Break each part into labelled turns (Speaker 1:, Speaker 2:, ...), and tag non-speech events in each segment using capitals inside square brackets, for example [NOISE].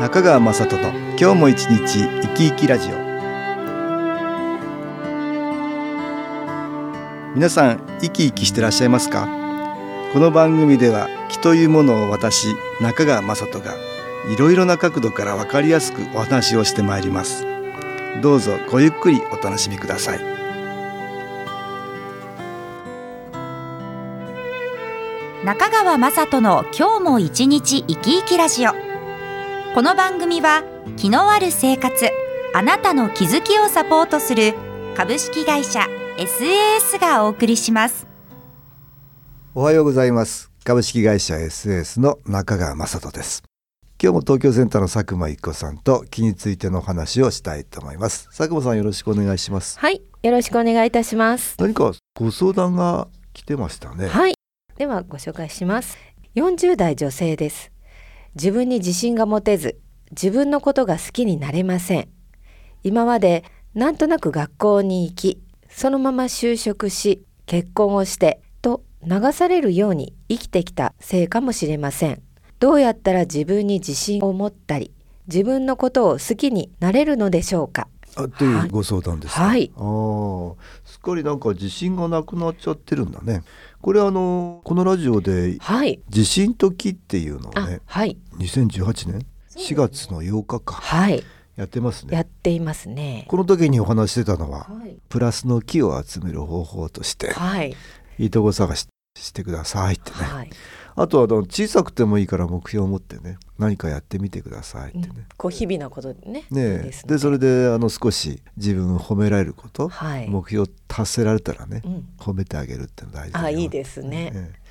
Speaker 1: 中川雅人と今日も一日生き生きラジオ皆さん生き生きしてらっしゃいますかこの番組では気というものを私中川雅人がいろいろな角度からわかりやすくお話をしてまいりますどうぞごゆっくりお楽しみください
Speaker 2: 中川雅人の今日も一日生き生きラジオこの番組は気のある生活あなたの気づきをサポートする株式会社 SAS がお送りします
Speaker 1: おはようございます株式会社 SS の中川雅人です今日も東京センターの佐久間一子さんと気についてのお話をしたいと思います佐久間さんよろしくお願いします
Speaker 3: はい、よろしくお願いいたします。
Speaker 1: 何かご相談が来てましたね
Speaker 3: はい、ではご紹介します。40代女性です。自分に自信が持てず、自分のことが好きになれません。今までなんとなく学校に行き、そのまま就職し、結婚をしてと流されるように生きてきたせいかもしれません。どうやったら自分に自信を持ったり、自分のことを好きになれるのでしょうか。
Speaker 1: あというご相談ですね
Speaker 3: はい
Speaker 1: あーすっかりなんか自信がなくなっちゃってるんだねこれあのこのラジオで
Speaker 3: はい。
Speaker 1: 地震と木っていうのを
Speaker 3: あ
Speaker 1: ね、
Speaker 3: はい。
Speaker 1: 2018年4月の8日か
Speaker 3: はい。
Speaker 1: やってます
Speaker 3: や
Speaker 1: ね
Speaker 3: っていますね。
Speaker 1: この時にお話ししてたのは
Speaker 3: はい。
Speaker 1: プラスの木を集める方法として
Speaker 3: はい。
Speaker 1: いいとこ探ししてくださいってね、
Speaker 3: はい。
Speaker 1: あとはあの小さくてもいいから目標を持ってね何かやってみてくださいってね、
Speaker 3: こう日々のことでね。
Speaker 1: ね
Speaker 3: いい
Speaker 1: え
Speaker 3: ですね
Speaker 1: でそれであの少し自分を褒められること、
Speaker 3: はい。
Speaker 1: 目標達せられたらね
Speaker 3: うん。
Speaker 1: 褒めてあげるっての大事だよ
Speaker 3: あ、いいですね。
Speaker 1: ええ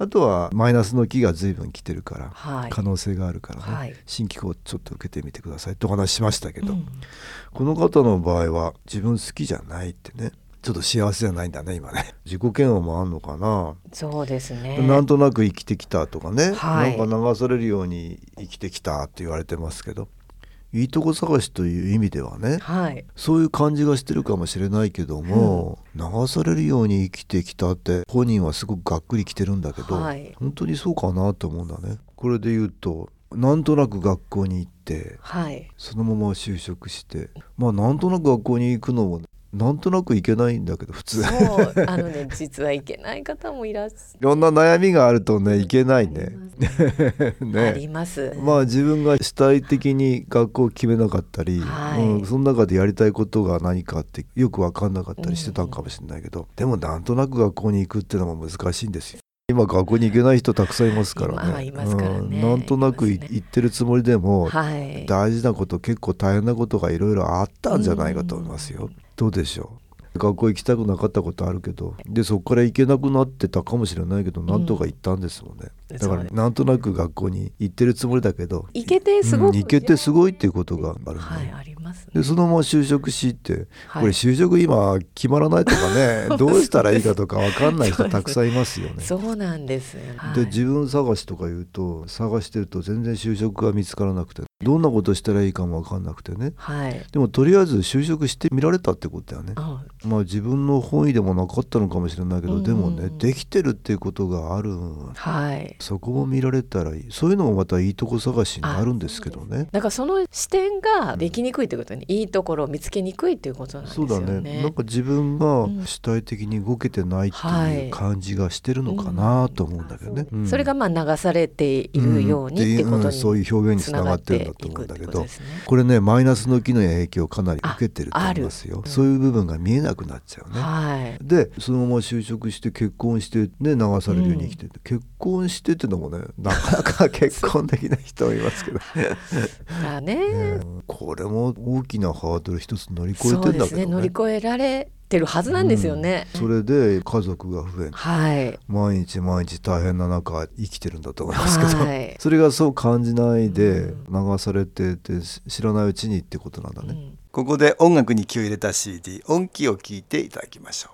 Speaker 1: あとはマイナスの木が随分来てるから、
Speaker 3: はい。
Speaker 1: 可能性があるからね、
Speaker 3: はい
Speaker 1: 新規をちょっと受けてみてくださいってお話ししましたけど、
Speaker 3: うん
Speaker 1: この方の場合は自分好きじゃないってねちょっと幸せじゃないんだね今ね [LAUGHS] 自己嫌悪もあんのかな、
Speaker 3: そうですね。
Speaker 1: なんとなく生きてきたとかね、
Speaker 3: はい
Speaker 1: なんか流されるように生きてきたって言われてますけどいいとこ探しという意味ではね
Speaker 3: はい。
Speaker 1: そういう感じがしてるかもしれないけども、流されるように生きてきたって本人はすごくがっくりきてるんだけど、
Speaker 3: はい
Speaker 1: 本当にそうかなと思うんだね。これで言うとなんとなく学校に行って
Speaker 3: はい。
Speaker 1: そのまま就職してまあなんとなく学校に行くのもなんとなく行けないんだけど普通 [LAUGHS] い
Speaker 3: そう、あのね、 [LAUGHS] 実はいけない方もいらっし
Speaker 1: ろんな悩みがあるとね行けない
Speaker 3: [LAUGHS]
Speaker 1: ね。[LAUGHS]
Speaker 3: ゃ
Speaker 1: ね
Speaker 3: ります。
Speaker 1: まあ自分が主体的に学校を決めなかったり、
Speaker 3: はい
Speaker 1: うん、その中でやりたいことが何かってよく分かんなかったりしてたんかもしれないけど、でもなんとなく学校に行くってのも難しいんですよ。今学校に行けない人たくさんいますからね。
Speaker 3: 今はいますからね
Speaker 1: うんなんとなくい
Speaker 3: いますね
Speaker 1: 行ってるつもりでも、
Speaker 3: はい。
Speaker 1: 大事なこと結構大変なことがいろいろあったんじゃないかと思いますよ。
Speaker 3: うん
Speaker 1: どうでしょう学校行きたくなかったことあるけどでそこから行けなくなってたかもしれないけどなんとか行ったんですもんね、
Speaker 3: うん
Speaker 1: だから
Speaker 3: そう
Speaker 1: なんとなく学校に行ってるつもりだけど
Speaker 3: いけてすご
Speaker 1: うん
Speaker 3: く。
Speaker 1: 行けてすごいっていうことがあるね、
Speaker 3: はい、ありますね。
Speaker 1: でそのまま就職しって、
Speaker 3: はい
Speaker 1: これ就職今決まらないとか [LAUGHS] ねどうしたらいいかとか分かんない人たくさんいますよね。
Speaker 3: そうなんですよ。は
Speaker 1: で
Speaker 3: い
Speaker 1: 自分探しとか言うと探してると全然就職が見つからなくてどんなことしたらいいかも分かんなくてね
Speaker 3: はい。
Speaker 1: でもとりあえず就職してみられたってことだよね
Speaker 3: あ
Speaker 1: まあ自分の本意でもなかったのかもしれないけど、
Speaker 3: うんうん
Speaker 1: でもねできてるっていうことがある
Speaker 3: はい。
Speaker 1: そこも見られたらいいそういうのもまたいいとこ探しになるんですけどね
Speaker 3: なんかその視点ができにくいということに、いいところを見つけにくいということなんです
Speaker 1: そ
Speaker 3: よ
Speaker 1: う
Speaker 3: ね。
Speaker 1: だねなんか自分が主体的に動けてないっていう感じがしてるのかなと思うんだけどね、うん
Speaker 3: それがまあ流されているようにっていうこ
Speaker 1: ん
Speaker 3: と
Speaker 1: んそう
Speaker 3: に
Speaker 1: いう表現に
Speaker 3: つ
Speaker 1: つ
Speaker 3: な
Speaker 1: な
Speaker 3: が
Speaker 1: が
Speaker 3: っ
Speaker 1: ってるん
Speaker 3: て
Speaker 1: だと
Speaker 3: い
Speaker 1: 思う
Speaker 3: く
Speaker 1: ん
Speaker 3: って
Speaker 1: だけ
Speaker 3: こと
Speaker 1: ど
Speaker 3: ですね。
Speaker 1: これねマイナスの木の影響をかなり受けてると
Speaker 3: あ
Speaker 1: 思
Speaker 3: あ
Speaker 1: い
Speaker 3: る
Speaker 1: ますよ
Speaker 3: うん
Speaker 1: そういう部分が見えなくなっちゃうね、
Speaker 3: はい。
Speaker 1: でそのまま就職して結婚してね流されるように生きてる、結婚してってのもねなか
Speaker 3: [LAUGHS]
Speaker 1: なか結婚できない人もいますけど、
Speaker 3: だ [LAUGHS] ね。
Speaker 1: うんこれも大きなハードル一つ乗り越え
Speaker 3: そ
Speaker 1: て
Speaker 3: うんで
Speaker 1: だ
Speaker 3: す
Speaker 1: け
Speaker 3: ね。
Speaker 1: ど
Speaker 3: 乗
Speaker 1: ね
Speaker 3: り越えられてるはずなんですよね。
Speaker 1: それで家族が増え
Speaker 3: はい。
Speaker 1: 毎日毎日大変な中生きてるんだと思いますけど、
Speaker 3: はい。
Speaker 1: それがそう感じないで流されててし知らないうちにってことなんだね、
Speaker 3: うん
Speaker 1: ここで音楽に気を入れた CD 音気を聞いていただきましょ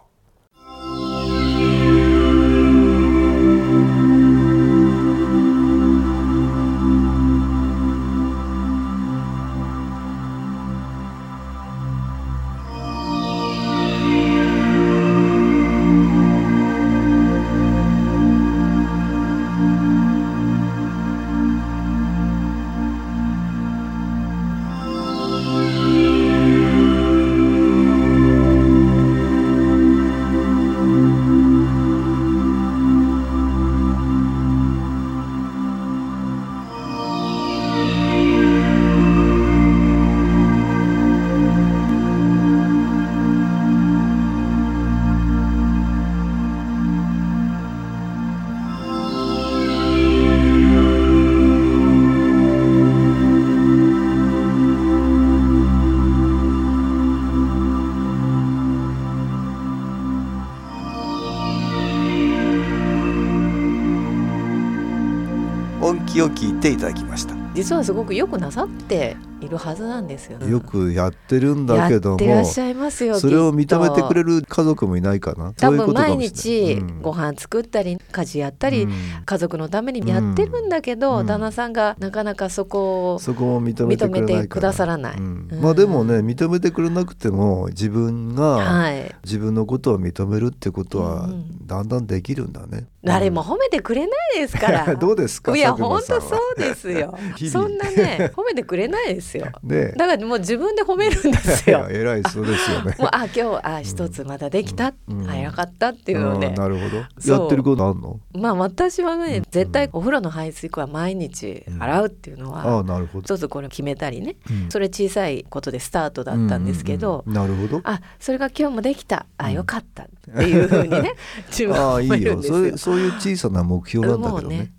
Speaker 1: う
Speaker 4: 「
Speaker 5: きを聞いていただきました
Speaker 3: 実はすごくよくなさっているはずなんですよね。
Speaker 1: よくやってるんだけど
Speaker 3: やってらっ
Speaker 1: も
Speaker 3: しゃいますよ
Speaker 1: それを認めてくれ
Speaker 3: る
Speaker 1: る家族もいないかな
Speaker 3: 多
Speaker 1: そういうこ
Speaker 3: 分
Speaker 1: とかもしれ
Speaker 3: 毎
Speaker 1: ない
Speaker 3: 日
Speaker 1: うん
Speaker 3: ご飯作ったり家事やったり、
Speaker 1: うん
Speaker 3: 家族のためにやってるんだけど、
Speaker 1: うん
Speaker 3: 旦那さんがなかなかそこを
Speaker 1: そこを認めて
Speaker 3: 認
Speaker 1: くれない
Speaker 3: め
Speaker 1: から
Speaker 3: てくださらない。
Speaker 1: うん
Speaker 3: うん
Speaker 1: まあでもね認めてくれなくても自分が
Speaker 3: はい、
Speaker 1: 自分のことを認めるってこと
Speaker 3: う
Speaker 1: は
Speaker 3: んうん
Speaker 1: だんだんできるんだね。
Speaker 3: 誰も褒めてくれないですから。
Speaker 1: [LAUGHS] どうですか
Speaker 3: いや
Speaker 1: 佐久間
Speaker 3: 本
Speaker 1: さん
Speaker 3: 当
Speaker 1: は
Speaker 3: そうですよ
Speaker 1: [LAUGHS] 日々
Speaker 3: そんなね褒めてくれないですよ
Speaker 1: ね
Speaker 3: だからもう自分で褒めるんですよ
Speaker 1: え [LAUGHS] らいそうですよ
Speaker 3: [LAUGHS]
Speaker 1: ね。
Speaker 3: もうあ今日あ一つまだできた、
Speaker 1: うん
Speaker 3: あよかったっていうのを
Speaker 1: う
Speaker 3: ね
Speaker 1: んなるほど。
Speaker 3: そう
Speaker 1: やってることあんの？
Speaker 3: まあ私はね、
Speaker 1: うん
Speaker 3: 絶対お風呂の排水口は毎日洗うっていうの
Speaker 1: あ
Speaker 3: は、
Speaker 1: あなるほど。
Speaker 3: 一つこれ決めたりね
Speaker 1: うん
Speaker 3: それ小さいことでスタートだったんですけど、
Speaker 1: うんうんうんなるほど。
Speaker 3: あそれが今日もできたあ
Speaker 1: うん
Speaker 3: よかったっていうふう
Speaker 1: [LAUGHS]
Speaker 3: にね自分
Speaker 1: あ
Speaker 3: は
Speaker 1: あいい
Speaker 3: 思えるん
Speaker 1: よ。
Speaker 3: ですよ。
Speaker 1: そういうそういう小さな目標なんだけど
Speaker 3: も
Speaker 1: ね
Speaker 3: うね。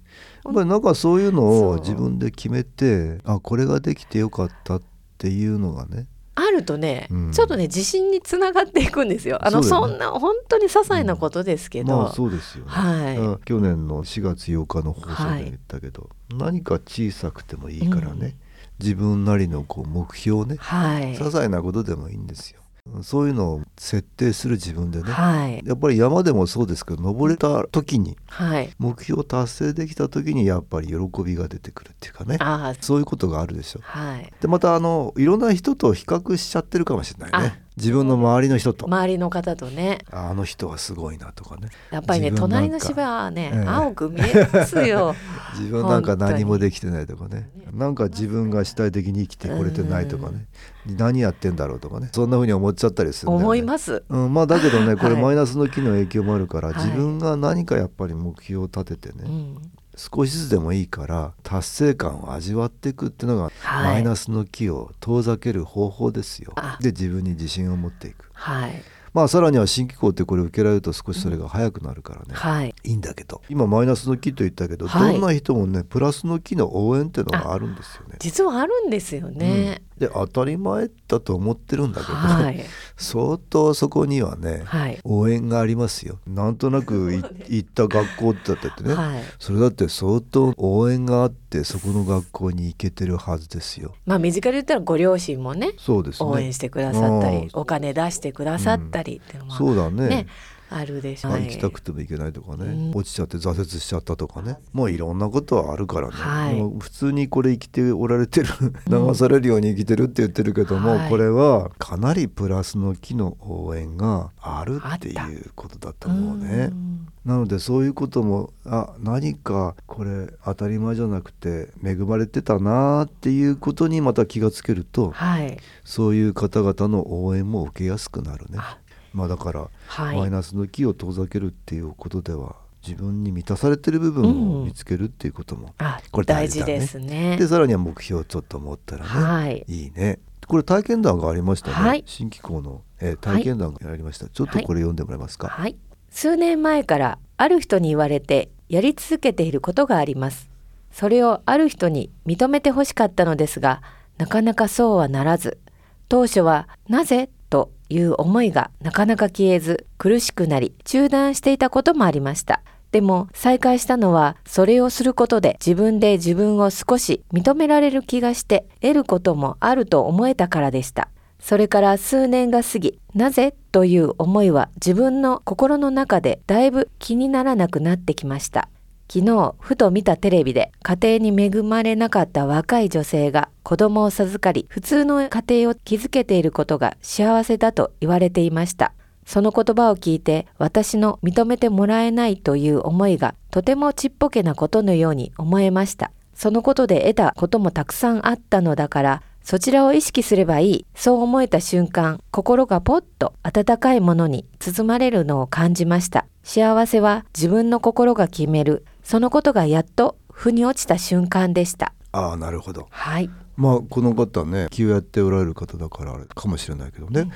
Speaker 1: やっぱりなんかそういうの
Speaker 3: そ
Speaker 1: を
Speaker 3: う
Speaker 1: 自分で決めてあこれができてよかったっていうのがね
Speaker 3: あるとね、
Speaker 1: うん
Speaker 3: ちょっとね自信につながっていくんですよ。あの
Speaker 1: そ
Speaker 3: そ,、
Speaker 1: うだよね
Speaker 3: んな本当に些細なことですけど、
Speaker 1: まあそうですよね、
Speaker 3: はい、
Speaker 1: うん去年の4月8日の放送
Speaker 3: は
Speaker 1: で
Speaker 3: い
Speaker 1: 言ったけど、何か小さくてもいいからね、自分なりのこう目標をね、
Speaker 3: はい
Speaker 1: 些細なことでもいいんですようんそういうのを設定する自分でね、
Speaker 3: はい
Speaker 1: やっぱり山でもそうですけど登れた時に
Speaker 3: はい
Speaker 1: 目標を達成できた時にやっぱり喜びが出てくるっていうかね
Speaker 3: ああ
Speaker 1: そういうことがあるでしょ
Speaker 3: はい
Speaker 1: でまたあのいろんな人と比較しちゃってるかもしれないね自分の周りの人と、
Speaker 3: 周りの方とね
Speaker 1: ああの人はすごいなとかね
Speaker 3: やっぱりね
Speaker 1: 自分なんか
Speaker 3: 隣の芝はね、
Speaker 1: ええ
Speaker 3: 青く見
Speaker 1: [LAUGHS]
Speaker 3: えますよ。
Speaker 1: 自分なんか何もできてないとかねなんか自分が主体的に生きてこれてないとかね何やってんだろうとかねそんな風に思っちゃったりするんだよね
Speaker 3: 思います。
Speaker 1: うん、まあだけどねこれ
Speaker 3: はい
Speaker 1: マイナスの木の影響もあるから、
Speaker 3: はい
Speaker 1: 自分が何かやっぱり目標を立ててね、
Speaker 3: うん、
Speaker 1: 少しずつでもいいから達成感を味わっていくっていうのが、
Speaker 3: はい
Speaker 1: マイナスの木を遠ざける方法ですよ
Speaker 3: あ。
Speaker 1: で自分に自信を持っていく。
Speaker 3: はい
Speaker 1: まあさらには新機構ってこれ受けられると少しそれが早くなるからね、
Speaker 3: はい
Speaker 1: いいんだけど今マイナスの木と言ったけど、
Speaker 3: はい
Speaker 1: どんな人もねプラスの木の応援っていうのがあるんですよね。
Speaker 3: 実はあるんですよね。
Speaker 1: うんで当たり前だと思ってるんだけど、
Speaker 3: はい
Speaker 1: 相当そこにはね、
Speaker 3: はい
Speaker 1: 応援がありますよなんとなくい行った学校だったってね、
Speaker 3: はい。
Speaker 1: それだって相当応援があってそこの学校に行けてるはずですよ
Speaker 3: まあ身近で言ったらご両親もね
Speaker 1: そうですね
Speaker 3: 応援してくださったり
Speaker 1: ああ
Speaker 3: お金出してくださったりっていうの
Speaker 1: そ
Speaker 3: も
Speaker 1: うだね
Speaker 3: ねあるでしょう
Speaker 1: あ行きたくても行けないとかね、
Speaker 3: うん
Speaker 1: 落ちちゃって挫折しちゃったとかねもういろんなことはあるからね、
Speaker 3: はい
Speaker 1: でも普通にこれ生きておられてる流されるように生きてるって言ってるけども、
Speaker 3: はい
Speaker 1: これはかなりプラスの木の応援があるっていうことだと思うね。
Speaker 3: ん
Speaker 1: なのでそういうこともあ何かこれ当たり前じゃなくて恵まれてたなーっていうことにまた気がつけると
Speaker 3: はい
Speaker 1: そういう方々の応援も受けやすくなるね
Speaker 3: あ。
Speaker 1: まあ、だから、
Speaker 3: はい
Speaker 1: マイナスの木を遠ざけるっていうことでは自分に満たされてる部分を見つけるっていうことも、
Speaker 3: あ
Speaker 1: これ大
Speaker 3: 大
Speaker 1: 事
Speaker 3: 事
Speaker 1: だね
Speaker 3: ですね
Speaker 1: で。さらには目標をちょっと持ったらね、
Speaker 3: はい
Speaker 1: いいね。これ体験談がありましたね。
Speaker 3: はい
Speaker 1: 新機構の、えー体験談がやりました。ちょっとこれ読んでもらえますか。
Speaker 3: はい数年前からある人に言われてやり続けていることがありますそれをある人に認めてほしかったのですがなかなかそうはならず当初はなぜという思いがなかなか消えず苦しくなり中断していたこともありましたでも再開したのはそれをすることで自分で自分を少し認められる気がして得ることもあると思えたからでしたそれから数年が過ぎ、なぜという思いは自分の心の中でだいぶ気にならなくなってきました。昨日、ふと見たテレビで家庭に恵まれなかった若い女性が子供を授かり、普通の家庭を築けていることが幸せだと言われていました。その言葉を聞いて私の認めてもらえないという思いがとてもちっぽけなことのように思えました。そのことで得たこともたくさんあったのだから、そちらを意識すればいい、そう思えた瞬間、心がぽっと温かいものに包まれるのを感じました。幸せは自分の心が決める、そのことがやっと腑に落ちた瞬間でした。
Speaker 1: ああなるほど。
Speaker 3: はい。
Speaker 1: まあこの方ね気をやっておられる方だからあれかもしれないけどね、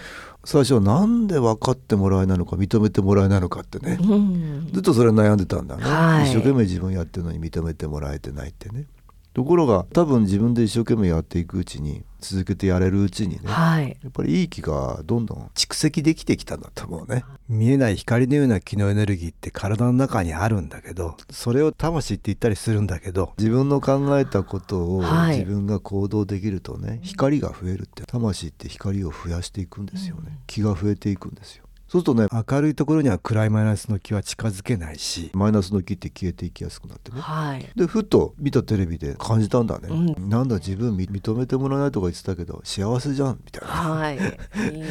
Speaker 1: 最初はなんで分かってもらえないのか認めてもらえないのかってね、
Speaker 3: うん。
Speaker 1: ずっとそれ悩んでたんだね、
Speaker 3: はい
Speaker 1: 一生懸命自分やってるのに認めてもらえてないってね
Speaker 4: ところが多分自分で一生懸命やっていくうちに続けてやれるうちにね
Speaker 3: はい
Speaker 4: やっぱりいい気がどんどん蓄積できてきたんだと思うね
Speaker 1: 見えない光のような気のエネルギーって体の中にあるんだけどそれを魂って言ったりするんだけど
Speaker 4: 自分の考えたことを
Speaker 3: はい
Speaker 4: 自分が行動できるとね、光が増えるって魂って光を増やしていくんですよね、気が増えていくんですよそうするとね
Speaker 1: 明るいところには暗いマイナスの気は近づけないし
Speaker 4: マイナスの気って消えていきやすくなってね
Speaker 3: はい
Speaker 4: でふと見たテレビで感じたんだね、
Speaker 3: う
Speaker 4: なんだ自分み認めてもらえないとか言ってたけど幸せじゃんみたいな、
Speaker 3: はいい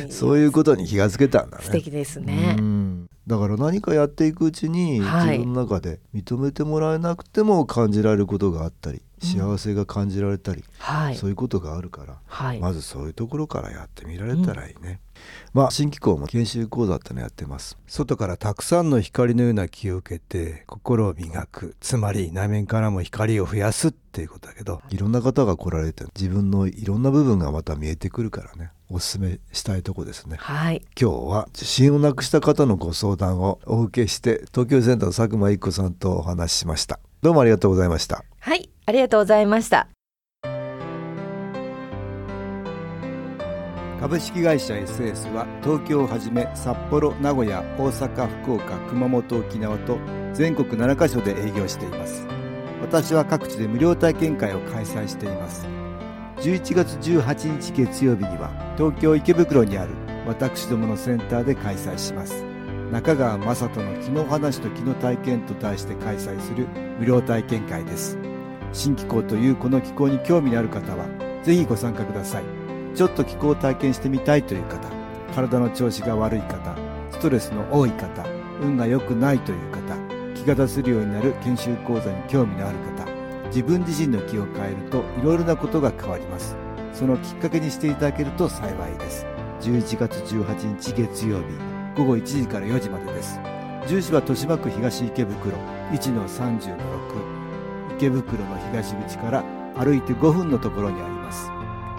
Speaker 3: い
Speaker 4: そういうことに気がつけたんだね
Speaker 3: 素敵です
Speaker 4: う
Speaker 3: ね
Speaker 4: んだから何かやっていくうちに、
Speaker 3: はい
Speaker 4: 自分の中で認めてもらえなくても感じられることがあったり幸せが感じられたり、
Speaker 3: はい
Speaker 4: そういうことがあるから、
Speaker 3: はい
Speaker 4: まずそういうところからやってみられたらいいね、まあ新機構も研修講座ってのやってます
Speaker 1: 外からたくさんの光のような気を受けて心を磨くつまり内面からも光を増やすっていうことだけど
Speaker 4: いろんな方が来られて自分のいろんな部分がまた見えてくるからねおすすめしたいとこですね
Speaker 3: はい
Speaker 4: 今日は自信をなくした方のご相談をお受けして東京センターの佐久間一子さんとお話ししましたどうもありがとうございました
Speaker 3: はいありがとうございました
Speaker 1: 株式会社 SS は東京をはじめ札幌名古屋大阪福岡熊本沖縄と全国7カ所で営業しています私は各地で無料体験会を開催しています11月18日月曜日には東京池袋にある私どものセンターで開催します中川雅人の気の話と気の体験と題して開催する無料体験会です新機構というこの機構に興味のある方はぜひご参加くださいちょっと気候を体験してみたいという方、体の調子が悪い方、ストレスの多い方、運が良くないという方、気が出せるようになる研修講座に興味のある方、自分自身の気を変えるといろいろなことが変わります。そのきっかけにしていただけると幸いです。11月18日月曜日、午後1時から4時までです。住所は豊島区東池袋1-30-6池袋の東口から歩いて5分のところにあります。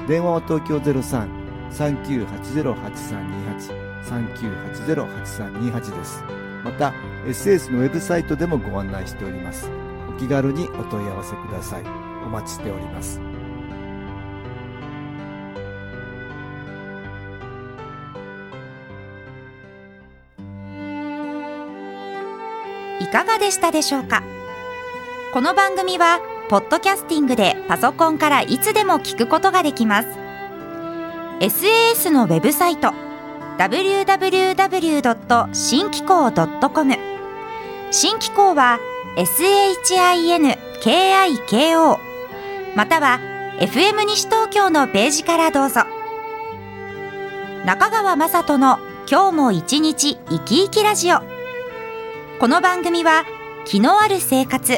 Speaker 1: 電話は東京ゼロ三三九八ゼロ八三二八三九八ゼロ八三二八です。また SS のウェブサイトでもご案内しております。お気軽にお問い合わせください。お待ちしております。
Speaker 2: いかがでしたでしょうかこの番組はポッドキャスティングでパソコンからいつでも聞くことができます SAS のウェブサイト www. 機構 .com 新機構は SHINKIKO または FM 西東京のページからどうぞ中川雅人の今日も一日生き生きラジオこの番組は気のある生活